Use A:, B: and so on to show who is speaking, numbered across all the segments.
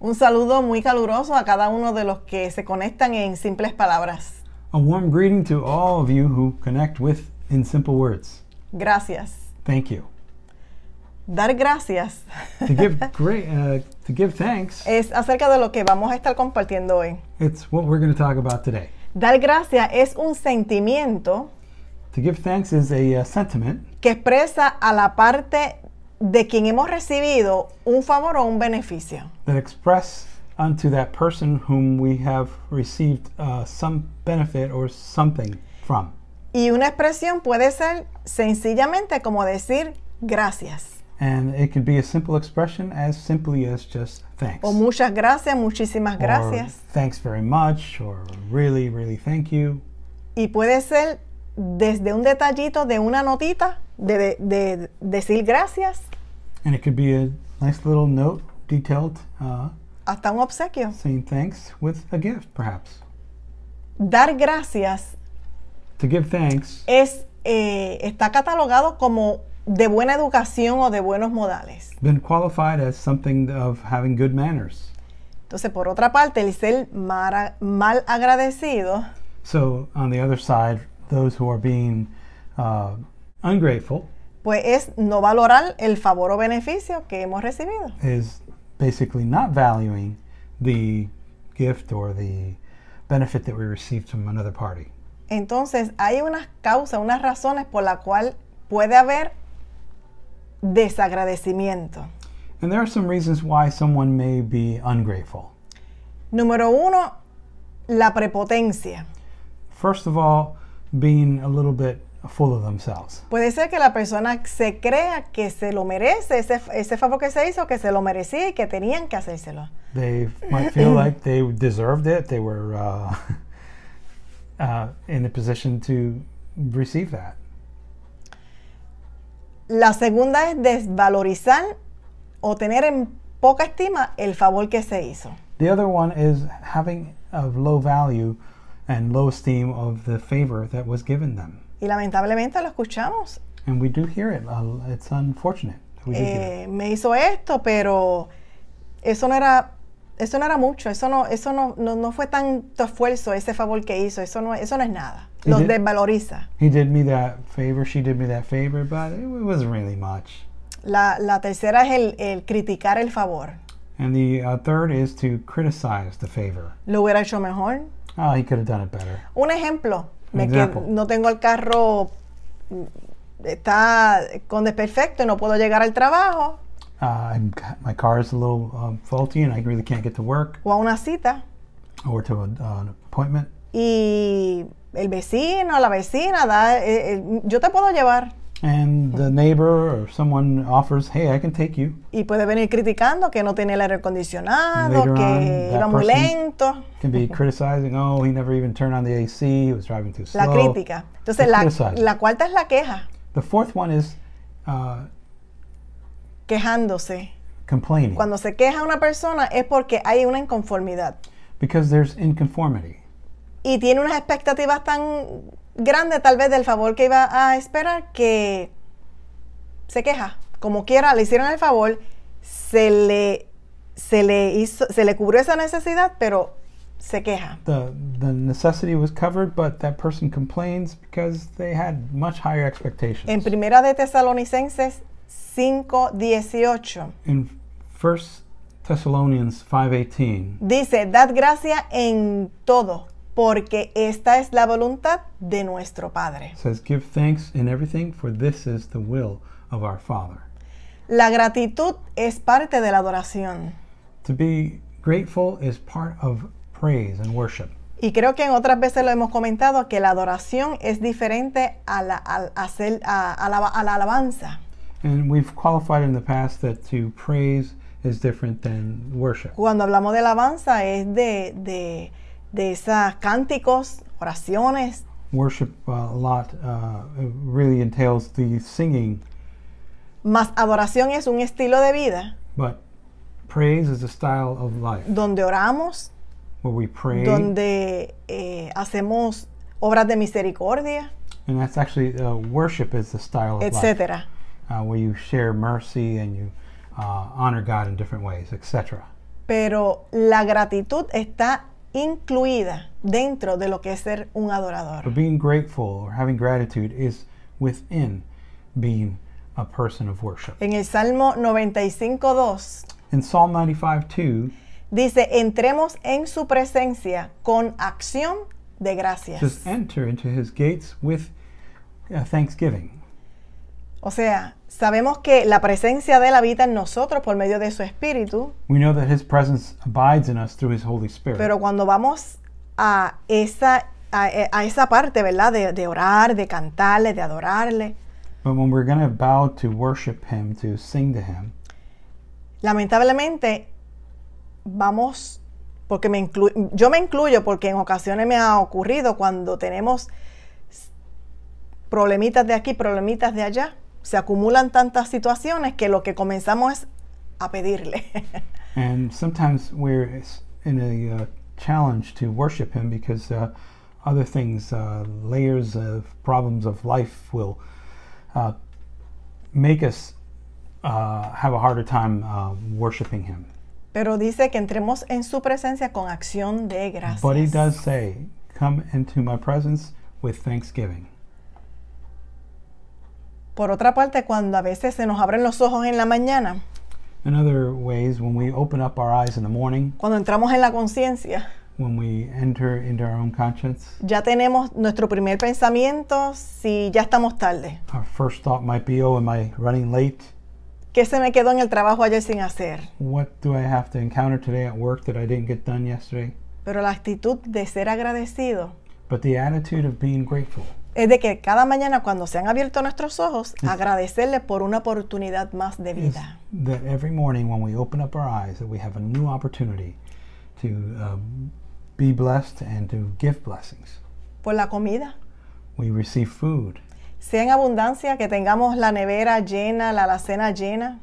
A: Un saludo muy caluroso a cada uno de los que se conectan en simples palabras.
B: A warm greeting to all of you who connect with in simple words.
A: Gracias.
B: Thank you.
A: Dar gracias
B: To give great, uh, to give thanks.
A: es acerca de lo que vamos a estar compartiendo hoy.
B: It's what we're going to talk about today.
A: Dar gracias es un sentimiento
B: To give thanks is a uh, sentiment
A: que expresa a la parte de quien hemos recibido un favor o un beneficio.
B: that express unto that person whom we have received uh, some benefit or something from.
A: Y una expresión puede ser sencillamente como decir gracias
B: And it could be a simple expression as simply as just thanks.
A: o muchas gracias, muchísimas
B: Or
A: gracias.
B: thanks very much or really, really thank you.
A: Y puede ser desde un detallito de una notita de, de- de decir gracias
B: And it could be a nice little note detailed uh,
A: hasta un obsequio.
B: saying thanks with a gift, perhaps.
A: Dar gracias
B: To give thanks
A: es, eh, está catalogado como de buena educación o de buenos modales.
B: been qualified as something of having good manners.
A: Entonces, por otra parte, el ser mara- mal agradecido
B: So on the other side, those who are being uh, ungrateful
A: pues es no valorar el favor o beneficio que hemos recibido.
B: is basically not valuing the gift or the benefit that we received from another party.
A: Entonces, hay unas causas, unas razones por las cuales puede haber desagradecimiento.
B: And there are some reasons why someone may be ungrateful.
A: Número uno, la prepotencia.
B: First of all, being a little bit full of themselves.
A: Puede ser que la persona se crea que se lo merece, ese, ese favor que se hizo, que se lo merecía y que tenían que hacérselo.
B: They might feel like they deserved it, they were uh, uh, in a position to receive that.
A: La segunda es desvalorizar o tener en poca estima el favor que se hizo.
B: The other one is having of low value and low esteem of the favor that was given them.
A: Y lamentablemente lo escuchamos
B: And we do hear it. Uh, it's unfortunate. that We do hear it.
A: eh, me hizo esto, pero eso no era, eso no era mucho, eso no, eso no, no, no fue tanto esfuerzo, ese favor que hizo, eso no, eso no es nada.
B: Y
A: Los
B: de-
A: desvaloriza.
B: He did me that favor, she did me that favor, but it wasn't really much.
A: La, la tercera es el, el criticar el favor.
B: And the uh, third is to criticize the favor.
A: Lo hubiera hecho mejor.
B: Oh, he could have done it better.
A: Un ejemplo, me qued-
B: Example.
A: no tengo el carro, mm, está con desperfecto y no puedo llegar al trabajo
B: Uh, I'm, ca- my car is a little um, faulty and I really can't get to work
A: o a una cita.
B: or to a, uh, an appointment.
A: Y el vecino, la vecina, da, eh, eh, yo te puedo llevar,
B: And the neighbor or someone offers, hey, I can take you.
A: y puede venir criticando que no tiene el aire acondicionado,
B: Later
A: que
B: on, that
A: iba muy
B: person-
A: lento,
B: can be criticizing. Oh, he never even turned on the AC. He was driving too
A: la
B: slow.
A: crítica. Entonces la,
B: criticizing.
A: la cuarta es la queja,
B: The fourth one is uh,
A: quejándose.
B: complaining
A: Cuando se queja una persona es porque hay una inconformidad
B: because there's inconformity.
A: y tiene unas expectativas tan grandes tal vez del favor que iba a esperar que se queja. Como quiera, le hicieron el favor, se le, se le, hizo, se le cubrió esa necesidad, pero se queja.
B: The the necessity was covered, but that person complains because they had much higher expectations.
A: En Primera de Tesalonicenses 5:18
B: In First Thessalonians five eighteen,
A: dice, "Dad gracia en todo, porque esta es la voluntad de nuestro Padre."
B: it says, "Give thanks in everything, for this is the will of our Father."
A: La gratitud es parte de la adoración.
B: To be grateful is part of praise and worship.
A: Y creo que en otras veces lo hemos comentado que la adoración es diferente a la, al hacer- a- a la- a la alabanza.
B: And we've qualified in the past that to praise is different than worship.
A: Cuando hablamos de alabanza es de, de, de esos cánticos, oraciones,
B: Worship uh, a lot uh, really entails the singing,
A: más adoración es un estilo de vida
B: but praise is a style of life
A: donde oramos,
B: where we pray,
A: donde eh, hacemos obras de misericordia,
B: and that's actually uh, worship is the style of life
A: etcétera.
B: uh, where you share mercy and you uh, honor God in different ways, etc.
A: pero la gratitud está incluida dentro de lo que es ser un adorador.
B: But being grateful or having gratitude is within being a person of worship.
A: En el Salmo 95.2
B: In Psalm 95 2
A: dice, entremos en su presencia con acción de gracias.
B: says, Enter into his gates with uh, thanksgiving.
A: O sea, sabemos que la presencia de Él habita en nosotros por medio de su Espíritu,
B: We know that his presence abides in us through his Holy Spirit.
A: pero cuando vamos a esa, a, a esa parte, ¿verdad? De, de orar, de cantarle, de adorarle,
B: but when we're going to bow to worship him, to sing to him,
A: lamentablemente vamos, porque me inclu- yo me incluyo porque en ocasiones me ha ocurrido cuando tenemos s- problemitas de aquí, problemitas de allá, se acumulan tantas situaciones que lo que comenzamos es a pedirle.
B: And sometimes we're s- in a uh, challenge to worship Him because uh, other things, uh, layers of problems of life, will uh, make us uh, have a harder time uh, worshiping Him.
A: Pero dice que entremos en su presencia con acción de gracias.
B: But He does say, Come into my presence with thanksgiving.
A: Por otra parte, cuando a veces se nos abren los ojos en la mañana,
B: In other ways, when we open up our eyes in the morning,
A: cuando entramos en la conciencia,
B: when we enter into our own conscience,
A: ya tenemos nuestro primer pensamiento si ya estamos tarde.
B: our first thought might be, Oh, am I running late?
A: ¿Qué se me quedó en el trabajo ayer sin hacer?
B: What do I have to encounter today at work that I didn't get done yesterday?
A: Pero la actitud de ser agradecido
B: But the attitude of being grateful
A: es de que cada mañana cuando se han abierto nuestros ojos, agradecerle por una oportunidad más de
B: is
A: vida.
B: that every morning when we open up our eyes, that we have a new opportunity to um, be blessed and to give blessings.
A: Por la comida,
B: We receive food.
A: sea en abundancia, que tengamos la nevera llena, la alacena llena,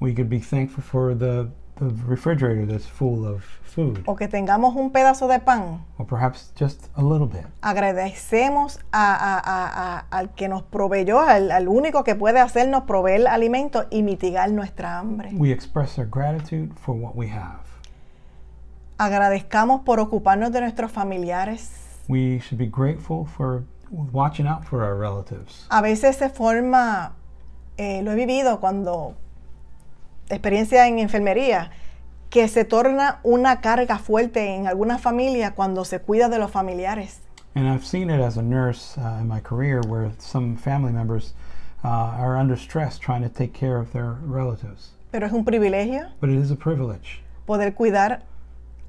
B: We could be thankful for the, the refrigerator that's full of food,
A: o que tengamos un pedazo de pan.
B: or perhaps just a little bit.
A: Agradecemos a- a- a- a- al que nos proveyó, al, al único que puede hacernos proveer alimento y mitigar nuestra hambre.
B: We express our gratitude for what we have.
A: Agradezcamos por ocuparnos de nuestros familiares.
B: We should be grateful for watching out for our relatives.
A: a veces se forma, eh, lo he vivido cuando, experiencia en enfermería, que se torna una carga fuerte en algunas familias cuando se cuida de los familiares.
B: And I've seen it as a nurse uh, in my career where some family members uh, are under stress trying to take care of their relatives.
A: Pero es un privilegio
B: But it is a privilege
A: poder cuidar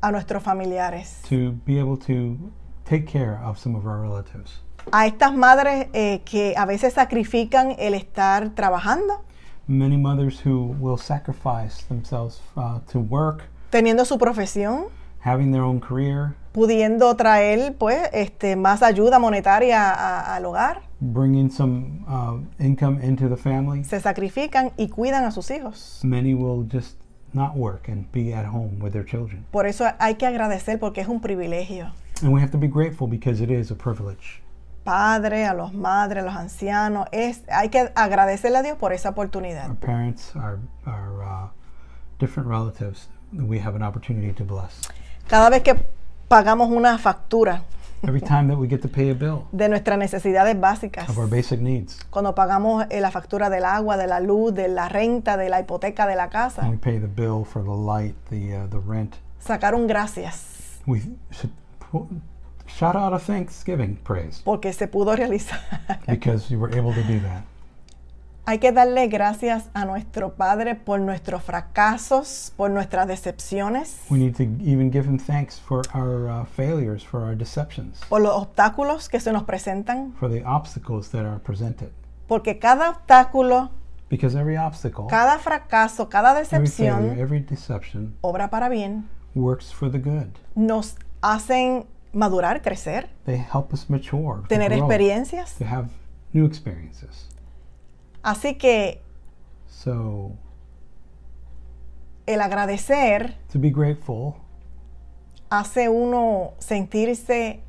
A: a nuestros familiares.
B: to be able to take care of some of our relatives.
A: A estas madres eh, que a veces sacrifican el estar trabajando,
B: Many mothers who will sacrifice themselves uh, to work,
A: teniendo su profesión,
B: having their own career,
A: pudiendo traer pues este, más ayuda monetaria a- al hogar,
B: bringing some uh, income into the family.
A: se sacrifican y cuidan a sus hijos.
B: Many will just not work and be at home with their children.
A: Por eso hay que agradecer porque es un privilegio.
B: And we have to be grateful because it is a privilege.
A: Padre, a los madres, a los ancianos, es, hay que agradecerle a Dios por esa
B: our
A: oportunidad.
B: parents, our, our uh, different relatives that we have an opportunity to bless.
A: Cada vez que pagamos una factura
B: Every time that we get to pay a bill
A: de nuestras necesidades básicas,
B: of our basic needs,
A: cuando pagamos eh, la factura del agua, de la luz, de la renta, de la hipoteca, de la
B: when
A: casa,
B: we pay the bill for the light, the, uh, the rent,
A: sacar un gracias
B: we should pu- shout out a thanksgiving praise
A: porque se pudo realizar.
B: because you were able to do that.
A: hay que darle gracias a nuestro Padre por nuestros fracasos, por nuestras decepciones,
B: We need to even give him thanks for our uh, failures, for our deceptions,
A: por los obstáculos que se nos presentan,
B: for the obstacles that are presented.
A: porque cada obstáculo
B: Because every obstacle,
A: cada fracaso, cada
B: every failure,
A: decepción,
B: every deception
A: obra para bien,
B: works for the good.
A: nos hacen madurar, crecer,
B: They help us mature, to
A: tener
B: grow.
A: experiencias.
B: to have new experiences.
A: Así que
B: So
A: el agradecer
B: to be grateful
A: hace uno sentirse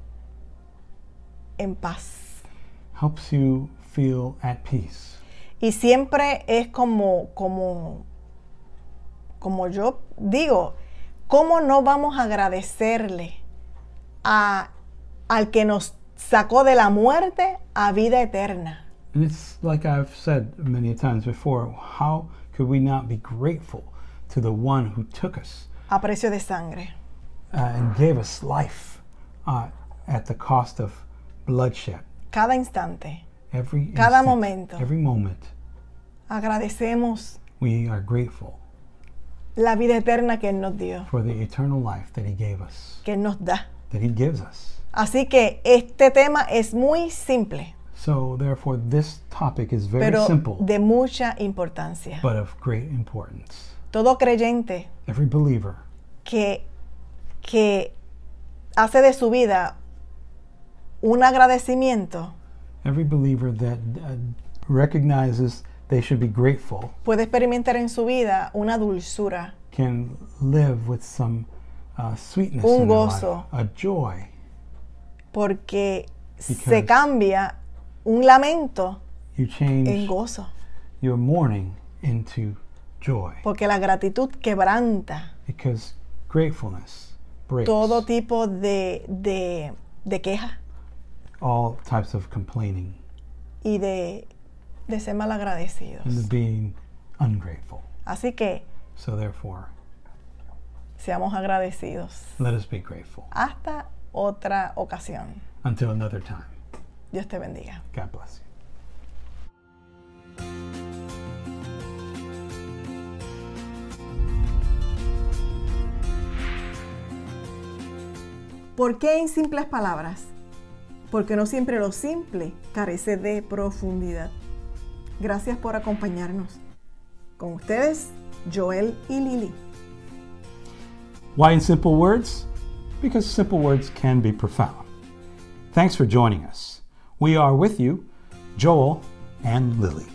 A: en paz.
B: helps you feel at peace.
A: Y siempre es como, como, como yo digo, ¿cómo no vamos a agradecerle a, al que nos sacó de la muerte a vida eterna?
B: And it's like I've said many times before how could we not be grateful to the one who took us
A: A precio de sangre.
B: uh, and gave us life uh, at the cost of bloodshed?
A: Cada instante
B: Every
A: Cada
B: instant,
A: momento.
B: every moment,
A: agradecemos
B: we are grateful
A: la vida eterna que Él nos dio,
B: for the eternal life that He gave us,
A: que Él nos da.
B: that He gives us.
A: Así que este tema es muy simple,
B: So, therefore, this topic is very
A: pero
B: simple,
A: de mucha importancia.
B: but of great importance.
A: Todo creyente
B: Every believer
A: que, que hace de su vida un agradecimiento
B: every believer that uh, recognizes they should be grateful
A: puede experimentar en su vida una dulzura,
B: can live with some uh, sweetness
A: Un
B: in their
A: gozo.
B: life, a joy,
A: porque se
B: Because-
A: cambia un lamento
B: you
A: en
B: change
A: gozo,
B: your mourning into joy
A: porque la gratitud quebranta
B: because gratefulness breaks
A: todo tipo de, de, de queja
B: all types of complaining
A: y de, de ser malagradecidos.
B: and being ungrateful
A: Así que
B: so therefore
A: seamos agradecidos.
B: let us be grateful
A: Hasta otra ocasión.
B: until another time
A: Dios te bendiga.
B: god bless you
A: ¿Por qué en simples palabras? Porque no siempre lo simple carece de profundidad. Gracias por acompañarnos. Con ustedes, Joel y Lili.
B: Why in simple words? Because simple words can be profound. Thanks for joining us. We are with you, Joel and Lily.